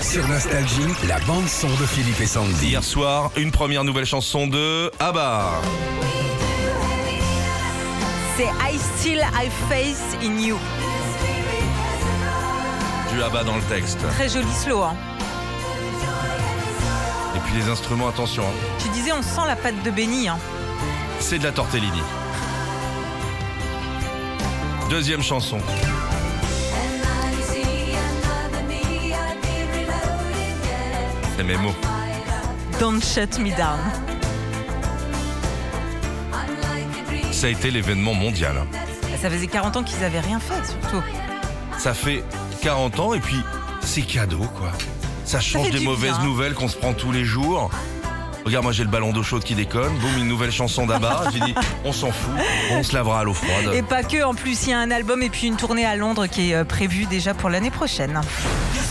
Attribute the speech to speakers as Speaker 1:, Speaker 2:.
Speaker 1: Sur Nostalgie, la bande son de Philippe et Sandy.
Speaker 2: Hier soir, une première nouvelle chanson de Abba.
Speaker 3: C'est I Still I Face in You.
Speaker 2: Du Abba dans le texte.
Speaker 3: Très joli slow. hein.
Speaker 2: Et puis les instruments, attention. hein.
Speaker 3: Tu disais, on sent la pâte de Benny. hein.
Speaker 2: C'est de la tortellini. Deuxième chanson. C'est mes mots.
Speaker 3: Don't shut me down.
Speaker 2: Ça a été l'événement mondial. hein.
Speaker 3: Ça faisait 40 ans qu'ils avaient rien fait, surtout.
Speaker 2: Ça fait 40 ans et puis c'est cadeau quoi. Ça change
Speaker 3: fait
Speaker 2: des
Speaker 3: du
Speaker 2: mauvaises
Speaker 3: bien.
Speaker 2: nouvelles qu'on se prend tous les jours. Regarde, moi j'ai le ballon d'eau chaude qui déconne. Boum, une nouvelle chanson d'Abba. J'ai dit, on s'en fout, on se lavera à l'eau froide.
Speaker 3: Et pas que, en plus, il y a un album et puis une tournée à Londres qui est euh, prévue déjà pour l'année prochaine.